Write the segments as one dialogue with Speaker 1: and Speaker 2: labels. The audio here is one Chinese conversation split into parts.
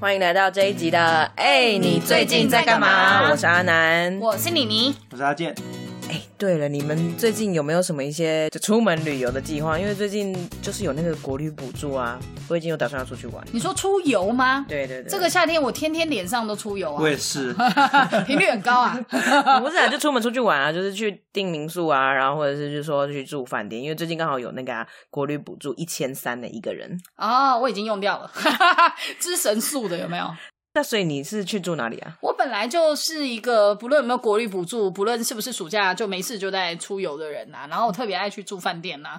Speaker 1: 欢迎来到这一集的“哎、你最近在干嘛？”我是阿南。
Speaker 2: 我是妮妮，
Speaker 3: 我是阿健，
Speaker 1: 哎、对了，你们最近有没有什么一些就出门旅游的计划？因为最近就是有那个国旅补助啊，我已经有打算要出去玩。
Speaker 2: 你说出游吗？
Speaker 1: 对对对，
Speaker 2: 这个夏天我天天脸上都出油
Speaker 3: 我 也是。
Speaker 2: 啊，频率很高 啊。
Speaker 1: 不是啊，就出门出去玩啊，就是去订民宿啊，然后或者是就说去住饭店，因为最近刚好有那个、啊、国旅补助一千三的一个人。
Speaker 2: 哦，我已经用掉了， 之神速的有没有？
Speaker 1: 那所以你是去住哪里啊？
Speaker 2: 我本来就是一个不论有没有国旅补助，不论是不是暑假就没事就在出游的人呐、啊然后我特别爱去住饭店呐、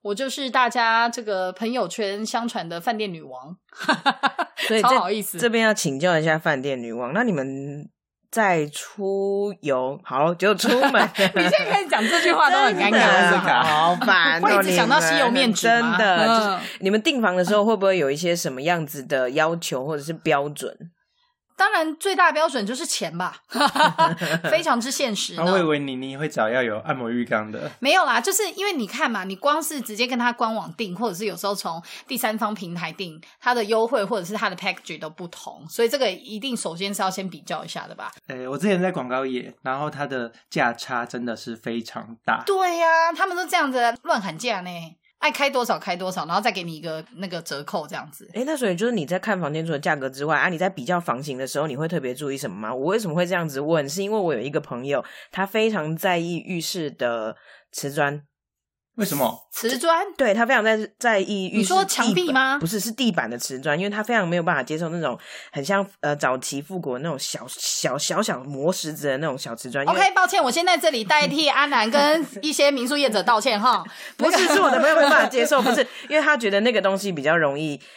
Speaker 2: 我就是大家这个朋友圈相传的饭店女王，
Speaker 1: 所以
Speaker 2: 超
Speaker 1: 这
Speaker 2: 好意思
Speaker 1: 这边要请教一下饭店女王，那你们在出游，好就出门，
Speaker 2: 你现在开始讲这句话都很尴尬，是
Speaker 1: 真的
Speaker 2: 吧？
Speaker 1: 好烦哦！
Speaker 2: 会一直想到
Speaker 1: 你们
Speaker 2: 吸油面纸
Speaker 1: 真
Speaker 2: 吗
Speaker 1: 的，
Speaker 2: 嗯
Speaker 1: 就是你们订房的时候会不会有一些什么样子的要求或者是标准？
Speaker 2: 当然，最大标准就是钱吧， 非常之现实 呢。
Speaker 1: 啊
Speaker 3: 然后我以为妮妮会找要有按摩浴 缸的，
Speaker 2: 没有啦，就是因为你看嘛，你光是直接跟他官网订，或者是有时候从第三方平台订，它的优惠或者是它的 package 都不同，所以这个一定首先是要先比较一下的吧。
Speaker 3: 呃，我之前在广告业，然后它的价差真的是非常大。
Speaker 2: 对呀、他们都这样子乱喊价呢，爱开多少开多少，然后再给你一个那个折扣这样子。
Speaker 1: 哎，那所以就是你在看房间除了价格之外啊，你在比较房型的时候，你会特别注意什么吗？我为什么会这样子问？是因为我有一个朋友，他非常在意浴室的瓷砖，
Speaker 3: 为什么？
Speaker 2: 瓷砖
Speaker 1: 对他非常在在意浴室
Speaker 2: 你说
Speaker 1: 地
Speaker 2: 墙壁
Speaker 1: 板
Speaker 2: 吗
Speaker 1: 不是，是地板的瓷砖，因为他非常没有办法接受那种很像呃早期复古的那种小小小小磨石子的那种小瓷砖。因为
Speaker 2: ，OK，抱歉，我先在这里代替阿南跟一些民宿业者道歉哈。
Speaker 1: 不是，是我的朋友没办法接受，不是，因为他觉得那个东西比较容易。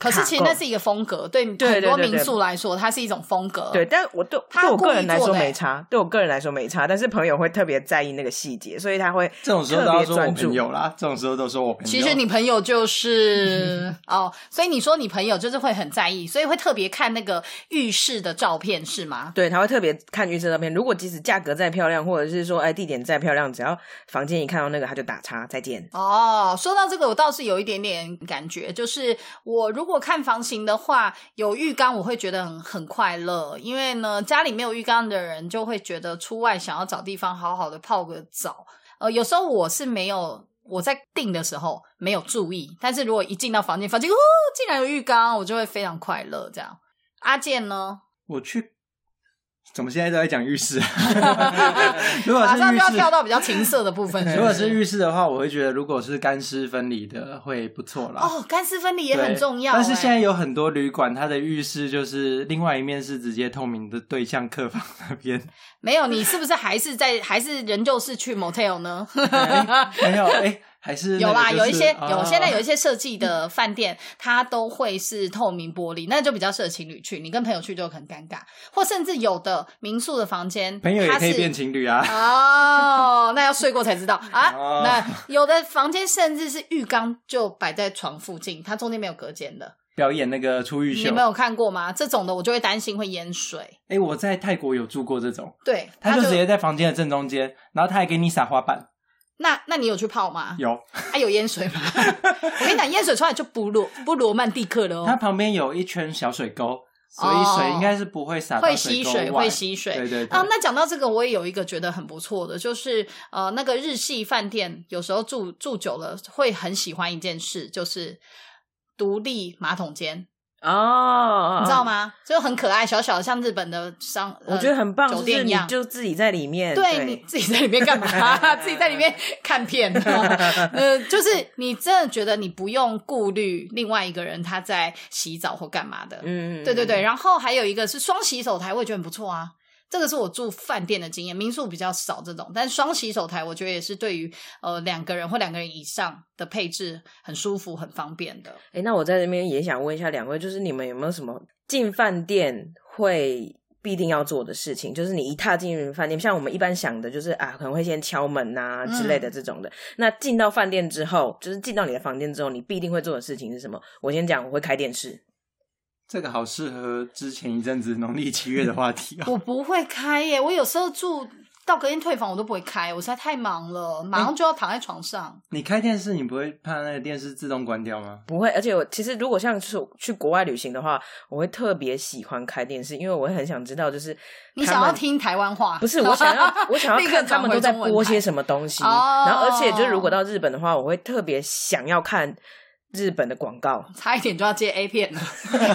Speaker 2: 可是其实那是一个风格，对
Speaker 1: 对
Speaker 2: 很多
Speaker 1: 对对
Speaker 2: 民宿来说，它是一种风格。
Speaker 1: 对，但我对
Speaker 2: 他
Speaker 1: 对我个
Speaker 2: 故意
Speaker 1: 人来说
Speaker 2: 做的欸
Speaker 1: 没差，对我个人来说没差，但是朋友会特别在意那个细节，所以他会
Speaker 3: 这种时候都
Speaker 1: 特
Speaker 3: 要
Speaker 1: 别
Speaker 3: 说我
Speaker 1: 专
Speaker 3: 朋
Speaker 1: 注。
Speaker 3: 友啦，这种时候都说我朋友。
Speaker 2: 其实你朋友 就是哦，所以你说你朋友就是会很在意，所以会特别看那个浴室的照片是吗？
Speaker 1: 对，他会特别看预测照片。如果即使价格再漂亮，或者是说哎地点再漂亮，只要房间一看到那个，他就打叉再见。
Speaker 2: 哦，说到这个，我倒是有一点点感觉，就是我如果看房型的话，有浴缸我会觉得很很快乐，因为呢，家里没有浴缸的人就会觉得出外想要找地方好好的泡个澡。呃，有时候我是没有我在订的时候没有注意，但是如果一进到房间，发现哦，竟然有浴缸，我就会非常快乐。这样，阿健呢？
Speaker 3: 我去，怎么现在都在讲浴 室？如果
Speaker 2: 马
Speaker 3: 是
Speaker 2: 上就
Speaker 3: 浴
Speaker 2: 要跳
Speaker 3: 室，
Speaker 2: 到比较情色的部分是
Speaker 3: 如
Speaker 2: 不
Speaker 3: 果是浴室的话，我会觉得如果是干湿分离的会不错啦。
Speaker 2: 哦，干湿分离也
Speaker 3: 对
Speaker 2: 很重要、
Speaker 3: 但是现在
Speaker 2: 哎
Speaker 3: 有很多旅馆，它的浴室就是另外一面是直接透明的，对向客房那边。
Speaker 2: 没有你是不是还是在还是仍旧是去 motel 呢？
Speaker 3: 没有，哎、还是
Speaker 2: 有
Speaker 3: 那个
Speaker 2: 啦，
Speaker 3: 就是
Speaker 2: 有一些
Speaker 3: 啊
Speaker 2: 有，现在有一些设计的饭店，它都会是透明玻璃，那就比较适合情侣去。你跟朋友去就很尴尬，或甚至有的民宿的房间，
Speaker 3: 朋友也
Speaker 2: 它
Speaker 3: 可以
Speaker 2: 是
Speaker 3: 变情侣啊。
Speaker 2: 哦，那要睡过才知道啊。
Speaker 3: 哦
Speaker 2: 那有的房间甚至是浴缸就摆在床附近，它中间没有隔间的，
Speaker 3: 表演那个出浴
Speaker 2: 你
Speaker 3: 秀
Speaker 2: 们。有看过吗？这种的我就会担心会淹水。
Speaker 3: 哎、我在泰国有住过这种，
Speaker 2: 对，
Speaker 3: 他就直接在房间的正中间，然后他还给你撒花瓣。
Speaker 2: 那那你有去泡吗？
Speaker 3: 有，
Speaker 2: 还、啊有淹水吗？ 我跟你讲，淹水出来就不罗不罗曼蒂克了
Speaker 3: 它
Speaker 2: 哦，
Speaker 3: 旁边有一圈小水沟，所以水应该是不会洒到
Speaker 2: 会吸
Speaker 3: 沟
Speaker 2: 水，
Speaker 3: 外
Speaker 2: 哦会。吸水。
Speaker 3: 对对对。
Speaker 2: 啊，那讲到这个，我也有一个觉得很不错的，就是呃，那个日系饭店有时候住住久了会很喜欢一件事，就是独立马桶间，
Speaker 1: 哦，
Speaker 2: 你知道？吗？就很可爱，小小的，像日本的商，呃
Speaker 1: 我觉得很棒，
Speaker 2: 酒
Speaker 1: 就
Speaker 2: 店
Speaker 1: 是
Speaker 2: 一
Speaker 1: 你
Speaker 2: 样。
Speaker 1: 就自己在里面，
Speaker 2: 对你自己在里面 干嘛？自己在里面看片， 呃，就是你真的觉得你不用顾虑另外一个人他在洗澡或干嘛的，
Speaker 1: 嗯，
Speaker 2: 对对对。然后还有一个是双洗手台，我也觉得很不错啊。这个是我住饭店的经验，民宿比较少这种，但双洗手台我觉得也是对于呃两个人或两个人以上的配置很舒服、很方便的。
Speaker 1: 哎，那我在这边也想问一下两位，就是你们有没有什么进饭店会必定要做的事情？就是你一踏进饭店，像我们一般想的，就是啊，可能会先敲门呐、之类的这种的。那进到饭店之后，就是进到你的房间之后，你必定会做的事情是什么？我先讲，我会开电视。
Speaker 3: 这个好
Speaker 2: 嗯
Speaker 3: 适合之前一阵子农历七月的话题哦。
Speaker 2: 我不会开耶，我有时候住到隔天退房我都不会开，我实在太忙了，马上就要躺在床上。
Speaker 3: 你开电视，你不会怕那个电视自动关掉吗？
Speaker 1: 不会，而且我其实如果像是我去国外旅行的话，我会特别喜欢开电视，因为我会很想知道，就是
Speaker 2: 你
Speaker 1: 他
Speaker 2: 想要
Speaker 1: 们
Speaker 2: 听台湾话？
Speaker 1: 不是我想要，我想
Speaker 2: 立
Speaker 1: 要
Speaker 2: 刻
Speaker 1: 看他
Speaker 2: 转
Speaker 1: 们
Speaker 2: 回
Speaker 1: 都在
Speaker 2: 中文
Speaker 1: 播
Speaker 2: 台
Speaker 1: 些什么东西。
Speaker 2: 哦
Speaker 1: 然后，而且就是如果到日本的话，我会特别想要看日本的广告。
Speaker 2: 差一点就要接 A 片 了。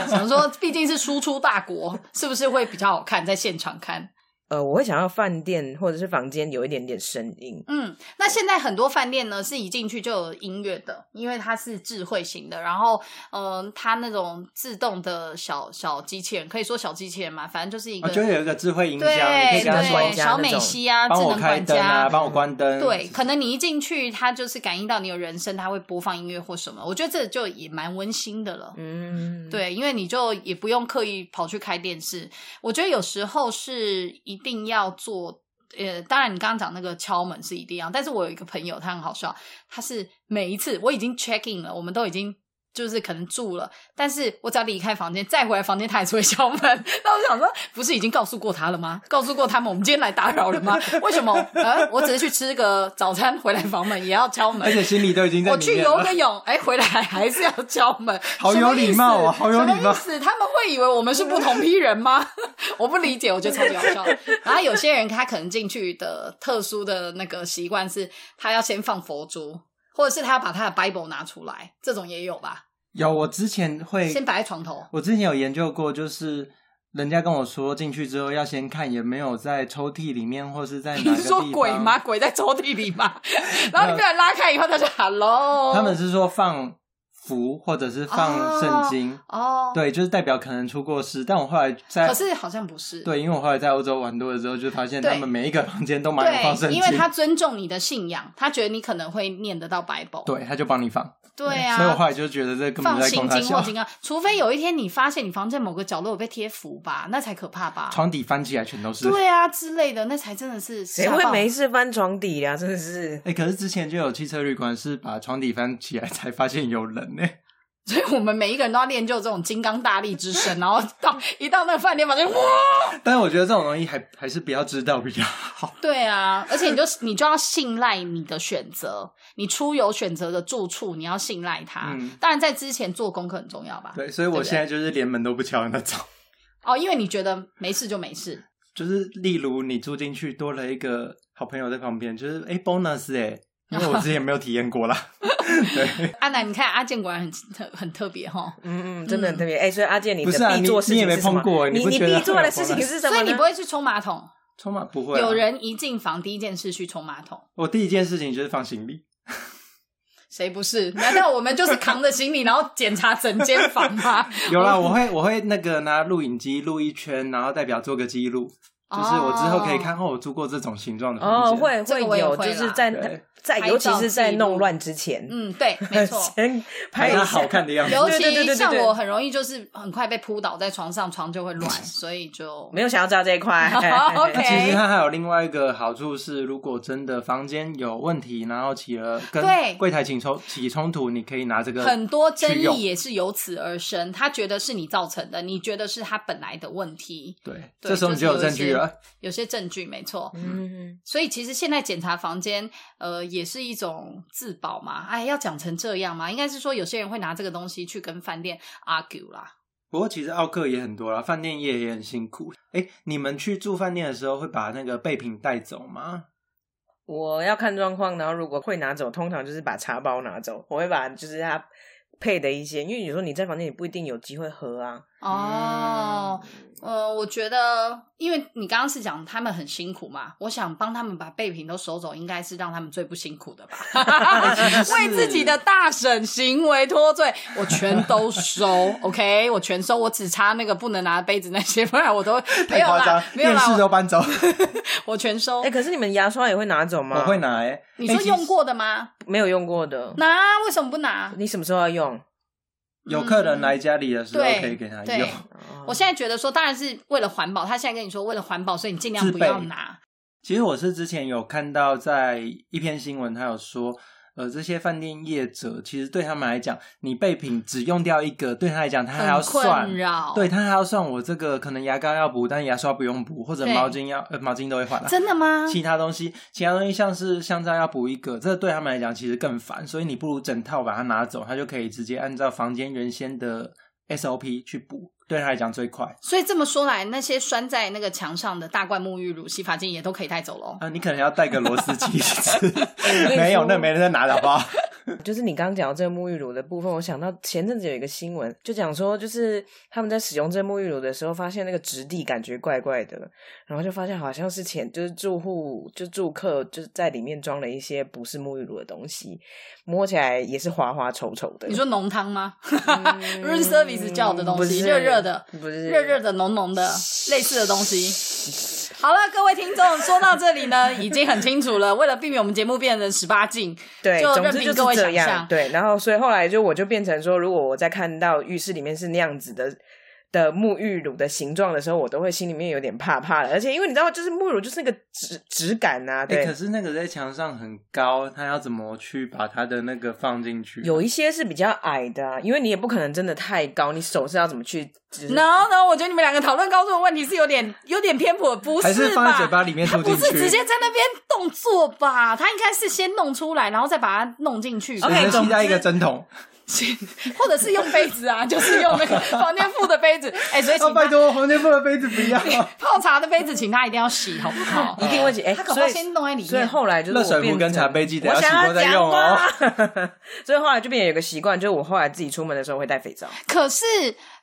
Speaker 2: 想说，毕竟是输出大国，是不是会比较好看？在现场看。
Speaker 1: 呃，我会想要饭店或者是房间有一点点声音。
Speaker 2: 嗯，那现在很多饭店呢是一进去就有音乐的，因为它是智慧型的，然后嗯、呃它那种自动的小小机器人，可以说小机器人嘛，反正就是一个、
Speaker 3: 哦，就会有一个智慧音箱，
Speaker 2: 对
Speaker 3: 你可以跟
Speaker 1: 它
Speaker 3: 他说
Speaker 2: 对
Speaker 1: 管家
Speaker 2: 小
Speaker 1: 那
Speaker 2: 美
Speaker 1: 种
Speaker 2: 西啊，智
Speaker 3: 帮我
Speaker 2: 能
Speaker 3: 开
Speaker 2: 管
Speaker 3: 灯
Speaker 2: 家
Speaker 3: 啊，帮我关灯。
Speaker 2: 对，可能你一进去，它就是感应到你有人声，它会播放音乐或什么。我觉得这就也蛮温馨的了。
Speaker 1: 嗯，，
Speaker 2: 对，因为你就也不用刻意跑去开电视。我觉得有时候是一定要做，呃，当然你刚刚讲那个敲门是一定要，但是我有一个朋友，他很好笑，他是每一次我已经 check in 了，我们都已经。就是可能住了，但是我只要离开房间，再回来房间，他还是会敲门。 那我就想说，不是已经告诉过他了吗？告诉过他们，我们今天来打扰了吗？为什么？呃，我只是去吃个早餐，回来房门也要敲门。
Speaker 3: 而且心里都已经在
Speaker 2: 我
Speaker 3: 里
Speaker 2: 去
Speaker 3: 面
Speaker 2: 游
Speaker 3: 了。
Speaker 2: 个泳，哎，回来还是要敲门，
Speaker 3: 好有礼貌
Speaker 2: 什么
Speaker 3: 哦
Speaker 2: 意思
Speaker 3: 好有礼貌
Speaker 2: 什么意思？他们会以为我们是不同批人吗？ 我不理解，我觉得超级好 笑。然后有些人他可能进去的特殊的那个习惯是，他要先放佛珠，或者是他要把他的 Bible 拿出来，这种也有吧？
Speaker 3: 有，我之前会
Speaker 2: 先摆在床头。
Speaker 3: 我之前有研究过，就是人家跟我说进去之后要先看有没有在抽屉里面或是在哪个 地
Speaker 2: 你
Speaker 3: 方。嗯
Speaker 2: 是说鬼 吗？？鬼在抽屉里吗？ 然后你被人拉开以后，他就 Hello。
Speaker 3: 他们是说放符或者是
Speaker 2: 啊
Speaker 3: 放圣经，
Speaker 2: 哦，
Speaker 3: 对，就是代表可能出过事。但我后来在
Speaker 2: 可是好像不是。
Speaker 3: 对，因为我后来在欧洲玩多了之后，就发现
Speaker 2: 对
Speaker 3: 他们每一个房间都蛮有放圣
Speaker 2: 对，
Speaker 3: 经，
Speaker 2: 因为他尊重你的信仰，他觉得你可能会念得到 Bible。
Speaker 3: 对他就帮你放。
Speaker 2: 对啊，
Speaker 3: 所以我后来就觉得这根本
Speaker 2: 放
Speaker 3: 就在
Speaker 2: 心
Speaker 3: 供他
Speaker 2: 经或
Speaker 3: 笑。
Speaker 2: 金刚，除非有一天你发现你房间某个角落有被贴符吧，那才可怕吧？
Speaker 3: 床底翻起来全都 是。
Speaker 2: 对啊之类的，那才真的是
Speaker 1: 谁
Speaker 2: 吓
Speaker 1: 会
Speaker 2: 爆
Speaker 1: 没事翻床底呀、真的是。
Speaker 3: 哎、可是之前就有汽车旅馆是把床底翻起来才发现有人呢、
Speaker 2: 所以我们每一个人都要练就这种金刚大力之身，然后 到一到那个饭店房间，哇！
Speaker 3: 但是我觉得这种东西还还是不要知道比较好。
Speaker 2: 对啊，而且你就你就要信赖你的选择，你出游选择的住处，你要信赖它。
Speaker 3: 嗯
Speaker 2: 当然，在之前做功课很重要吧？
Speaker 3: 对，所以
Speaker 2: 对
Speaker 3: 我
Speaker 2: 不对
Speaker 3: 现在就是连门都不敲的那种。
Speaker 2: 哦，因为你觉得没事就没事，
Speaker 3: 就是例如你住进去多了一个好朋友在旁边，就是哎、诶 bonus 哎、因为我之前没有体验过啦。
Speaker 2: 阿南，你看阿健果然很特很特别哈。
Speaker 1: 嗯嗯，真的很特别。哎、所以阿健，你
Speaker 3: 不是啊
Speaker 1: 的必做事情
Speaker 3: 你你也没
Speaker 1: 是什么
Speaker 3: 碰过你
Speaker 1: 你
Speaker 3: 不觉得
Speaker 1: 必做
Speaker 3: 会
Speaker 1: 的
Speaker 3: 有
Speaker 1: 事情
Speaker 3: 碰到
Speaker 1: 是什么
Speaker 2: 所
Speaker 1: 呢？
Speaker 2: 以你不会去冲马桶？
Speaker 3: 充满不会、啊，
Speaker 2: 有人一进房，第一件事去冲马桶，
Speaker 3: 我第一件事情就是放行李，
Speaker 2: 谁不是？难道我们就是扛着行李，然后检查整间房 吗？
Speaker 3: 有啦，我会我会那个拿录影机录一圈，然后代表做个记录，就是我之后可以看哦，我住过这种形状的房间。
Speaker 1: 哦，会
Speaker 2: 这
Speaker 1: 会
Speaker 2: 个我也
Speaker 1: 有，
Speaker 2: 会
Speaker 1: 就
Speaker 2: 啦
Speaker 1: 是在
Speaker 3: 嗯对
Speaker 1: 在，
Speaker 2: 拍
Speaker 1: 尤其
Speaker 2: 照
Speaker 1: 是在
Speaker 2: 记录
Speaker 1: 弄乱之前，
Speaker 2: 嗯，对，没 错。
Speaker 1: 先拍
Speaker 3: 拍
Speaker 1: 一
Speaker 3: 它
Speaker 1: 下
Speaker 3: 好看的样子。
Speaker 2: 尤
Speaker 1: 对对对对
Speaker 2: 其
Speaker 1: 对
Speaker 2: 像
Speaker 1: 对
Speaker 2: 我，很容易就是很快被扑倒在床上，床就 会乱，所以就
Speaker 1: 没有想要知道这一 块。
Speaker 3: 那
Speaker 2: OK
Speaker 3: 其实它还有另外一个好处是，如果真的房间有问题，然后起了跟
Speaker 2: 对
Speaker 3: 柜台起冲起冲突，你可以拿这个
Speaker 2: 很多争
Speaker 3: 去用
Speaker 2: 议也是由此而生。他觉得是你造成的，你觉得是他本来的问题，
Speaker 3: 对，
Speaker 2: 对
Speaker 3: 这时候你就有
Speaker 2: 就是有
Speaker 3: 证
Speaker 2: 一些
Speaker 3: 据了。
Speaker 2: 有些证据没错。
Speaker 1: 嗯，
Speaker 2: 所以其实现在检查房间，呃，也是一种自保嘛。哎，要讲成这样嘛，应该是说有些人会拿这个东西去跟饭店 argue 啦。
Speaker 3: 不过其实奥克也很多啦，饭店业也很辛苦。哎，你们去住饭店的时候会把那个备品带走吗？
Speaker 1: 我要看状况，然后如果会拿走，通常就是把茶包拿走，我会把就是它配的一些，因为你说你在房间，你不一定有机会喝啊。
Speaker 2: 哦，
Speaker 3: 嗯
Speaker 2: 呃，我觉得，因为你刚刚是讲他们很辛苦嘛，我想帮他们把备品都收走，应该是让他们最不辛苦 的吧，为自己的大婶行为脱罪，我全都收，OK，我全收，我只差那个不能拿杯子那些，不然我都没
Speaker 3: 太
Speaker 2: 有
Speaker 3: 夸张
Speaker 2: 啦，，没有
Speaker 3: 电视
Speaker 2: 啦
Speaker 3: 都，搬走。
Speaker 2: 我我全收
Speaker 1: 哎、。可是你们牙刷也会拿走吗？
Speaker 3: 哦我会，拿嗯哎，
Speaker 2: 你
Speaker 3: 诶
Speaker 2: 说
Speaker 3: 其实
Speaker 2: 用过的吗？
Speaker 1: 没有用过的。
Speaker 2: 拿啊为什么不拿？
Speaker 1: 你什么时候要用？
Speaker 3: 有客人来家里的时候
Speaker 2: 嗯对
Speaker 3: 可以给他
Speaker 2: 对
Speaker 3: 用。
Speaker 1: 哦
Speaker 2: 我现在觉得说，当然是为了环保。他现在跟你说为了环保，所以你尽量不要拿。
Speaker 3: 其实我是之前有看到在一篇新闻，他有说，呃这些饭店业者，其实对他们来讲，你备品只用掉一个，对他来讲他还要
Speaker 2: 很
Speaker 3: 算
Speaker 2: 困，扰，
Speaker 3: 对，他还要算我这个可能牙膏要补，但牙刷不用补，或者
Speaker 2: 对
Speaker 3: 毛巾要呃毛巾都会换啦。
Speaker 2: 真的啊吗？
Speaker 3: 其他东西，其他东西像是香皂要补一个，这对他们来讲其实更烦，所以你不如整套把它拿走，他就可以直接按照房间原先的 SOP 去补，对他来讲最快。
Speaker 2: 所以这么说来，那些拴在那个墙上的大罐沐浴乳、洗发精也都可以带走喽。
Speaker 3: 啊，你可能要带个螺丝起 子
Speaker 2: 哎
Speaker 1: 跟你，
Speaker 3: 没有，
Speaker 1: 说
Speaker 3: 那没人在拿的好不好？
Speaker 1: 就是你刚刚讲到这个沐浴乳的部分，我想到前阵子有一个新闻，就讲说，就是他们在使用这个沐浴乳的时候，发现那个质地感觉怪怪的，然后就发现好像是前就是住户就住客就是在里面装了一些不是沐浴乳的东西，摸起来也是滑滑稠稠的。
Speaker 2: 你说浓汤吗
Speaker 1: 嗯
Speaker 2: ？Room service 叫的东
Speaker 3: 不
Speaker 2: 西，
Speaker 3: 是
Speaker 2: 热热的，
Speaker 1: 不是
Speaker 2: 热热的、浓浓的，类似的东西。好了，各位听众，说到这里呢，已经很清楚了。为了避免我们节目变成十八禁，
Speaker 1: 对，
Speaker 2: 就
Speaker 1: 总
Speaker 2: 任
Speaker 1: 之
Speaker 2: 凭
Speaker 1: 就
Speaker 2: 各位
Speaker 1: 是这
Speaker 2: 想象
Speaker 1: 样。对，然后所以后来就我就变成说，如果我在看到浴室里面是那样子的的沐浴乳的形状的时候，我都会心里面有点怕怕的。而且因为你知道，就是沐浴乳就是那个质质感呐、
Speaker 3: 哎、
Speaker 1: 对。
Speaker 3: 可是那个在墙上很高，他要怎么去把他的那个放进去？
Speaker 1: 有一些是比较矮的、啊，因为你也不可能真的太高，你手是要怎么去指？
Speaker 2: no no，我觉得你们两个讨论高度的问题是有点有点偏颇，不
Speaker 3: 还是放在嘴
Speaker 2: 吧？
Speaker 3: 巴里面吐进
Speaker 2: 不
Speaker 3: 去？
Speaker 2: 是直接在那边动作吧？他应该是先弄出来，然后再把它弄进去吧。
Speaker 3: 只能
Speaker 1: 总
Speaker 3: 期待一个
Speaker 1: 之
Speaker 3: 针 筒。
Speaker 2: 或者是用杯 子啊，就是用那个房间附的杯子。哎、所以
Speaker 1: 哦
Speaker 3: 啊，
Speaker 2: 请
Speaker 3: 拜
Speaker 2: 他
Speaker 3: 托，黄天富的杯子不 要，
Speaker 2: 泡茶的杯子，请他一定要洗，好不 好？
Speaker 1: 一定会觉得哎，
Speaker 2: 他搞不
Speaker 1: 所
Speaker 2: 好
Speaker 1: 以
Speaker 2: 先弄在里面
Speaker 1: 所以后来就是
Speaker 3: 热水
Speaker 1: 我变
Speaker 3: 啊壶跟
Speaker 1: 成
Speaker 3: 茶杯记得
Speaker 1: 我
Speaker 3: 要洗
Speaker 1: 想
Speaker 3: 过再
Speaker 1: 讲
Speaker 3: 用哦
Speaker 1: 话。 所以后来就变成有个习惯，就是我后来自己出门的时候会带肥皂。
Speaker 2: 可是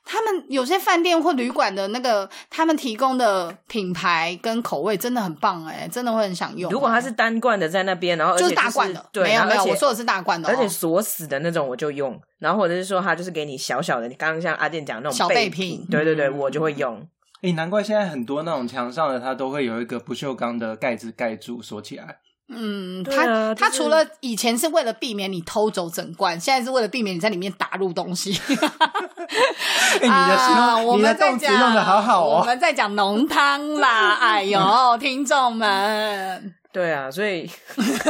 Speaker 2: 他们有些饭店或旅馆的那个，他们提供的品牌跟口味真的很棒、哎，真的会很想用。
Speaker 1: 如果它是单罐的在那边，然后而且
Speaker 2: 就是是大罐的，
Speaker 1: 对，
Speaker 2: 没有
Speaker 1: 然后
Speaker 2: 没
Speaker 1: 而
Speaker 2: 有，
Speaker 1: 且
Speaker 2: 我说的是大罐的、哦，
Speaker 1: 而且锁死的那种我就用，然后或者是说它就是给你小小的，你刚刚像阿健讲的那种
Speaker 2: 小
Speaker 1: 备
Speaker 2: 备品
Speaker 1: 对对对，
Speaker 3: 嗯
Speaker 1: 我就会用。
Speaker 3: 哎、难怪现在很多那种墙上的，它都会有一个不锈钢的盖子盖住锁起来。
Speaker 2: 嗯，
Speaker 1: 对
Speaker 2: 他、
Speaker 1: 啊
Speaker 2: 他
Speaker 1: 就是
Speaker 2: 除了以前是为了避免你偷走整罐，现在是为了避免你在里面打入东西。
Speaker 3: 哎、你的形容，
Speaker 2: 啊、我
Speaker 3: 你的
Speaker 2: 们在
Speaker 3: 动词
Speaker 2: 讲，
Speaker 3: 用的好好
Speaker 2: 我
Speaker 3: 哦。
Speaker 2: 们在讲浓汤啦，哎呦，听众们，
Speaker 1: 对啊，所以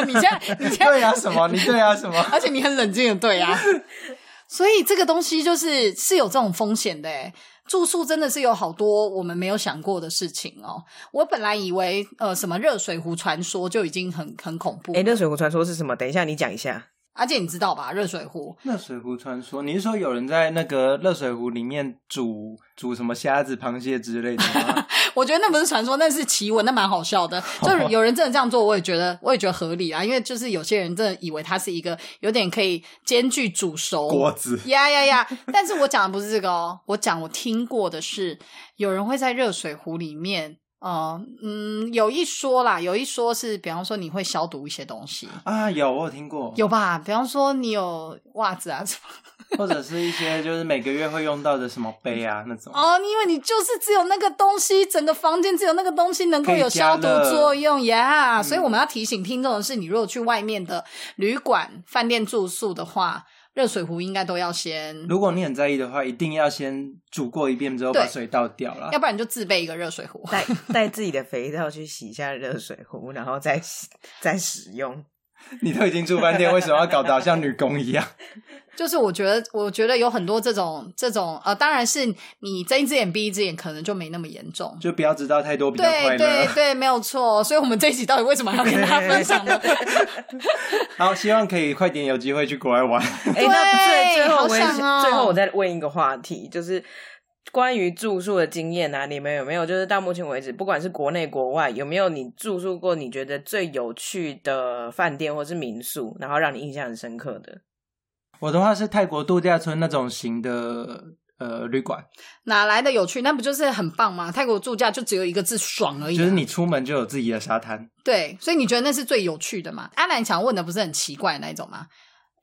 Speaker 2: 你现在你现在
Speaker 3: 对啊呀、什么？你 对呀、什么？
Speaker 2: 而且你很冷静的对啊。所以这个东西就是是有这种风险的诶住宿真的是有好多我们没有想过的事情哦。我本来以为呃什么热水壶传说就已经很很恐怖，
Speaker 1: 哎，热水壶传说是什么？等一下你讲一下。
Speaker 2: 而且你知道吧，热水壶
Speaker 3: 热水壶传说，你是说有人在那个热水壶里面煮煮什么虾子、螃蟹之类的 吗？
Speaker 2: 我觉得那不是传说，那是奇闻，那蛮好笑的。就是有人真的这样做，我也觉得，我也觉得合理啊。因为就是有些人真的以为它是一个有点可以兼具煮熟
Speaker 3: 锅子
Speaker 2: 呀呀呀！但是我讲的不是这个哦， 我讲我听过的是，有人会在热水壶里面，呃，嗯，有一说啦，有一说是，比方说你会消毒一些东西，
Speaker 3: 啊，有我有听过，
Speaker 2: 有吧？比方说你有袜子啊什么。
Speaker 3: 或者是一些就是每个月会用到的什么杯啊那种。
Speaker 2: 哦，因为你就是只有那个东西，整个房间只有那个东西能够
Speaker 3: 可以
Speaker 2: 有消毒
Speaker 3: 加热
Speaker 2: 作用呀。
Speaker 3: 嗯
Speaker 2: 所以我们要提醒听众的是，你如果去外面的旅馆、饭店住宿的话，热水壶应该都要先，
Speaker 3: 如果你很在意的话，一定要先煮过一遍之后
Speaker 2: 对
Speaker 3: 把水倒掉啦
Speaker 2: 要。不然你就自备一个热水壶。
Speaker 1: 带 带自己的肥皂去洗一下热水壶，然后再洗再使用。
Speaker 3: 你都已经住饭店，为什么要搞得好像女工一样？
Speaker 2: 就是我觉得，我觉得有很多这种这种呃，当然是你睁一只眼闭一只眼，可能就没那么严重。
Speaker 3: 就不要知道太多比较
Speaker 2: 对
Speaker 3: 快
Speaker 2: 对
Speaker 3: 乐。
Speaker 2: 对，没有错。所以我们这一集到底为什么要跟大家分享呢？
Speaker 3: 好，希望可以快点有机会去国外 玩。
Speaker 1: 哎、那最最后
Speaker 2: 好
Speaker 1: 我也
Speaker 2: 想哦
Speaker 1: 最后我再问一个话题，就是关于住宿的经验啊，你们有没有就是到目前为止，不管是国内国外，有没有你住宿过你觉得最有趣的饭店或是民宿，然后让你印象很深刻的？
Speaker 3: 我的话是泰国度假村那种型的呃旅馆，
Speaker 2: 哪来的有趣？那不就是很棒吗？泰国度假就只有一个字爽而已啊、
Speaker 3: 就是你出门就有自己的沙滩。
Speaker 2: 对，所以你觉得那是最有趣的嘛？阿兰想问的不是很奇怪的那一种吗？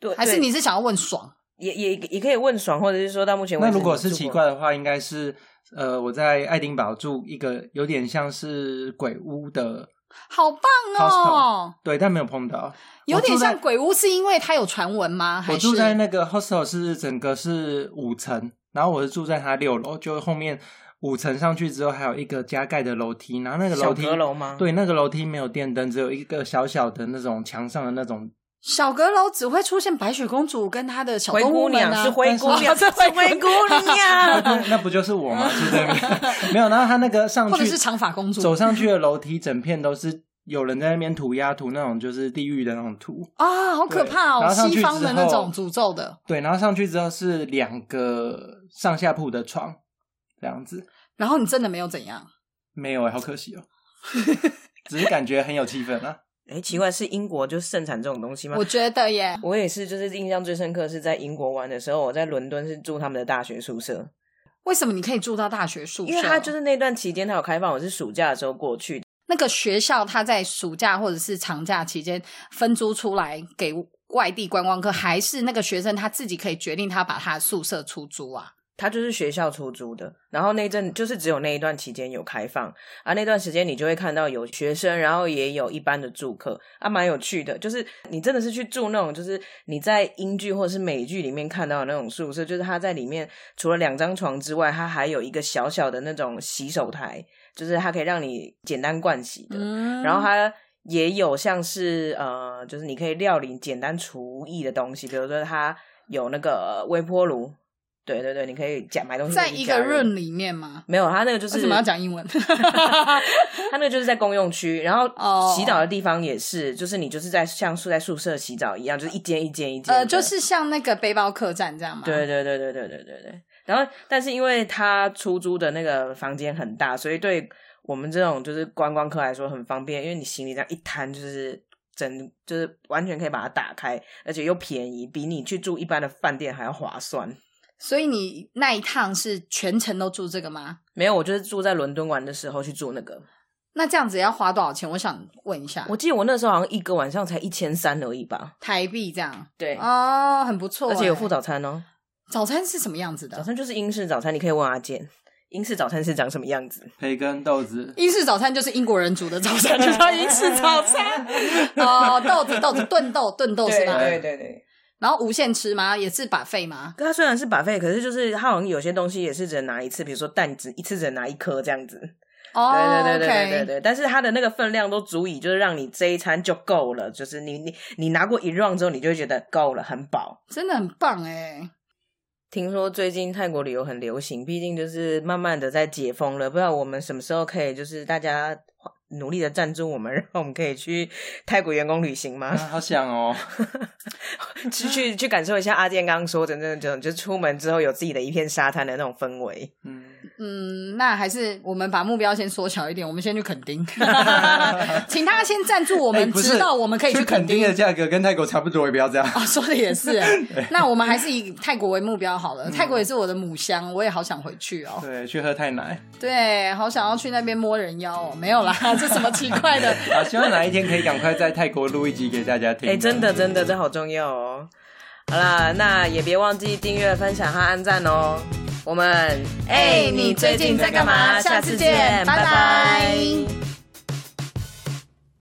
Speaker 1: 对，
Speaker 2: 还是
Speaker 1: 对
Speaker 2: 你是想要问爽？
Speaker 1: 也也也可以问爽，或者是说到目前为
Speaker 3: 那
Speaker 1: 止，
Speaker 3: 如果是奇怪，的话，应该是呃我在爱丁堡住一个有点像是鬼屋的，
Speaker 2: 好棒哦
Speaker 3: Hostel 对，但没有碰到。
Speaker 2: 有点
Speaker 3: 我
Speaker 2: 像
Speaker 3: 住在。
Speaker 2: 鬼屋，是因为它有传闻吗？还
Speaker 3: 我
Speaker 2: 是
Speaker 3: 住在那个 hostel 是整个是五层，然后我是住在它六楼，就后面五层上去之后还有一个加盖的楼梯，然后那个
Speaker 1: 小
Speaker 3: 楼梯
Speaker 1: 阁楼吗？
Speaker 3: 对，那个楼梯没有电灯，只有一个小小的那种墙上的那种
Speaker 2: 小阁楼只会出现白雪公主跟她的小
Speaker 1: 灰
Speaker 2: 动物
Speaker 1: 姑
Speaker 2: 们
Speaker 1: 娘
Speaker 2: 啊
Speaker 1: 是灰姑娘，
Speaker 2: 但
Speaker 1: 是
Speaker 2: 是灰
Speaker 1: 灰姑
Speaker 3: 那
Speaker 1: 娘。
Speaker 3: 那不就是我吗？是对面没有。然后他那个 上
Speaker 2: 或者
Speaker 3: 去
Speaker 2: 是长发公主
Speaker 3: 走上去的楼梯，整片都是有人在那边涂鸦，涂那种就是地狱的那种图。
Speaker 2: 啊，好可怕
Speaker 3: 对然
Speaker 2: 哦！
Speaker 3: 后上去
Speaker 2: 西方的
Speaker 3: 之
Speaker 2: 那
Speaker 3: 后
Speaker 2: 种诅咒的，
Speaker 3: 对，然后上去之后是两个上下铺的床，这样子
Speaker 2: 然后你真的没有怎样？
Speaker 3: 没有、欸，好可惜哦、只是感觉很有气氛啊。
Speaker 1: 哎，奇怪，是英国就盛产这种东西吗
Speaker 2: 我？觉得耶，
Speaker 1: 我也是，就是印象最深刻是在英国玩的时候，我在伦敦是住他们的大学宿舍，
Speaker 2: 为什么你可以住到大学宿舍？哦
Speaker 1: 因为他就是那段期间他有开放，我是暑假的时候过去的。
Speaker 2: 那个学校，它在暑假或者是长假期间分租出来给外地观光客，还是那个学生他自己可以决定他把他的宿舍出租啊？
Speaker 1: 他就是学校出租的，然后那阵就是只有那一段期间有开放啊，那段时间你就会看到有学生，然后也有一般的住客啊，蛮有趣的。就是你真的是去住那种，就是你在英剧或者是美剧里面看到的那种宿舍，就是它在里面除了两张床之外，它还有一个小小的那种洗手台，就是它可以让你简单盥洗的。
Speaker 2: 嗯
Speaker 1: 然后它也有像是呃，就是你可以料理简单厨艺的东西，比如说它有那个微波炉，对对对，你可以加买东西
Speaker 2: 在
Speaker 1: 回去
Speaker 2: 一
Speaker 1: 加
Speaker 2: 个
Speaker 1: 热
Speaker 2: room 里面吗？
Speaker 1: 没有，它那个就是
Speaker 2: 为什么要讲英文？
Speaker 1: 它那个就是在公用区，然后
Speaker 2: 哦
Speaker 1: 洗澡的地方也是，就是你就是在像住在宿舍洗澡一样，就是一间一间一间的，
Speaker 2: 呃，就是像那个背包客栈这样吗？
Speaker 1: 对对对对对对对对。然后，但是因为他出租的那个房间很大，所以对我们这种就是观光客来说很方便，因为你行李这样一摊就是整，就是完全可以把它打开，而且又便宜，比你去住一般的饭店还要划算。
Speaker 2: 所以你那一趟是全程都住这个吗？
Speaker 1: 没有，我就是住在伦敦玩的时候去住那个，
Speaker 2: 那这样子要花多少钱？我想问一下，
Speaker 1: 我记得我那时候好像一个晚上才一千三而已吧。
Speaker 2: 台币这样
Speaker 1: 对
Speaker 2: 哦，很不错欸、
Speaker 1: 而且有附早餐哦，
Speaker 2: 早餐是什么样子
Speaker 1: 早
Speaker 2: 的？
Speaker 1: 餐就是英式早餐，你可以问阿健，英式早餐是长什么样子？
Speaker 3: 培根、豆子，
Speaker 2: 英式早餐就是英国人煮的早餐，就叫英式早餐。哦，豆子豆子炖豆炖豆是吗？
Speaker 3: 对
Speaker 1: 对对。
Speaker 2: 然后无限吃吗？也是把费吗？
Speaker 1: 它虽然是把费，可是就是它好像有些东西也是只能拿一次，比如说蛋只一次只能拿一颗这样子。
Speaker 2: 哦，
Speaker 1: 对对对对对
Speaker 2: o
Speaker 1: 对
Speaker 2: k
Speaker 1: 对。但是它的那个分量都足以，就是让你这一餐就够了。就是你你你拿过一 round 之后，你就会觉得够了，很饱。
Speaker 2: 真的很棒哎。
Speaker 1: 听说最近泰国旅游很流行，毕竟就是慢慢的在解封了，不知道我们什么时候可以就是大家努力的赞助我们， 让我们可以去泰国员工旅行吗
Speaker 3: 啊？好想哦、
Speaker 1: 去去去感受一下阿健刚刚说的那种，就出门之后有自己的一片沙滩的那种氛围。
Speaker 3: 嗯，
Speaker 2: 嗯，那还是我们把目标先缩小一点，我们先去垦 丁，请大家先赞助我
Speaker 1: 哎
Speaker 3: 我
Speaker 2: 们，直到我们可以
Speaker 3: 去
Speaker 2: 垦
Speaker 3: 垦丁的价格跟泰国差不多，也不要这样。
Speaker 2: 哦，说的 也是欸。那我们还是以泰国为目标好了，
Speaker 1: 嗯
Speaker 2: 泰国也是我的母乡，我也好想回去哦。
Speaker 3: 对，去喝泰奶。
Speaker 2: 对，好想要去那边摸人妖哦。没有啦，这什么奇怪的？
Speaker 3: 啊，希望哪一天可以赶快在泰国录一集给大家听。
Speaker 1: 哎、真的真的，这好重要哦。好啦，那也别忘记订阅、分享和按赞哦。我们
Speaker 2: 哎你最近在干嘛下次见拜拜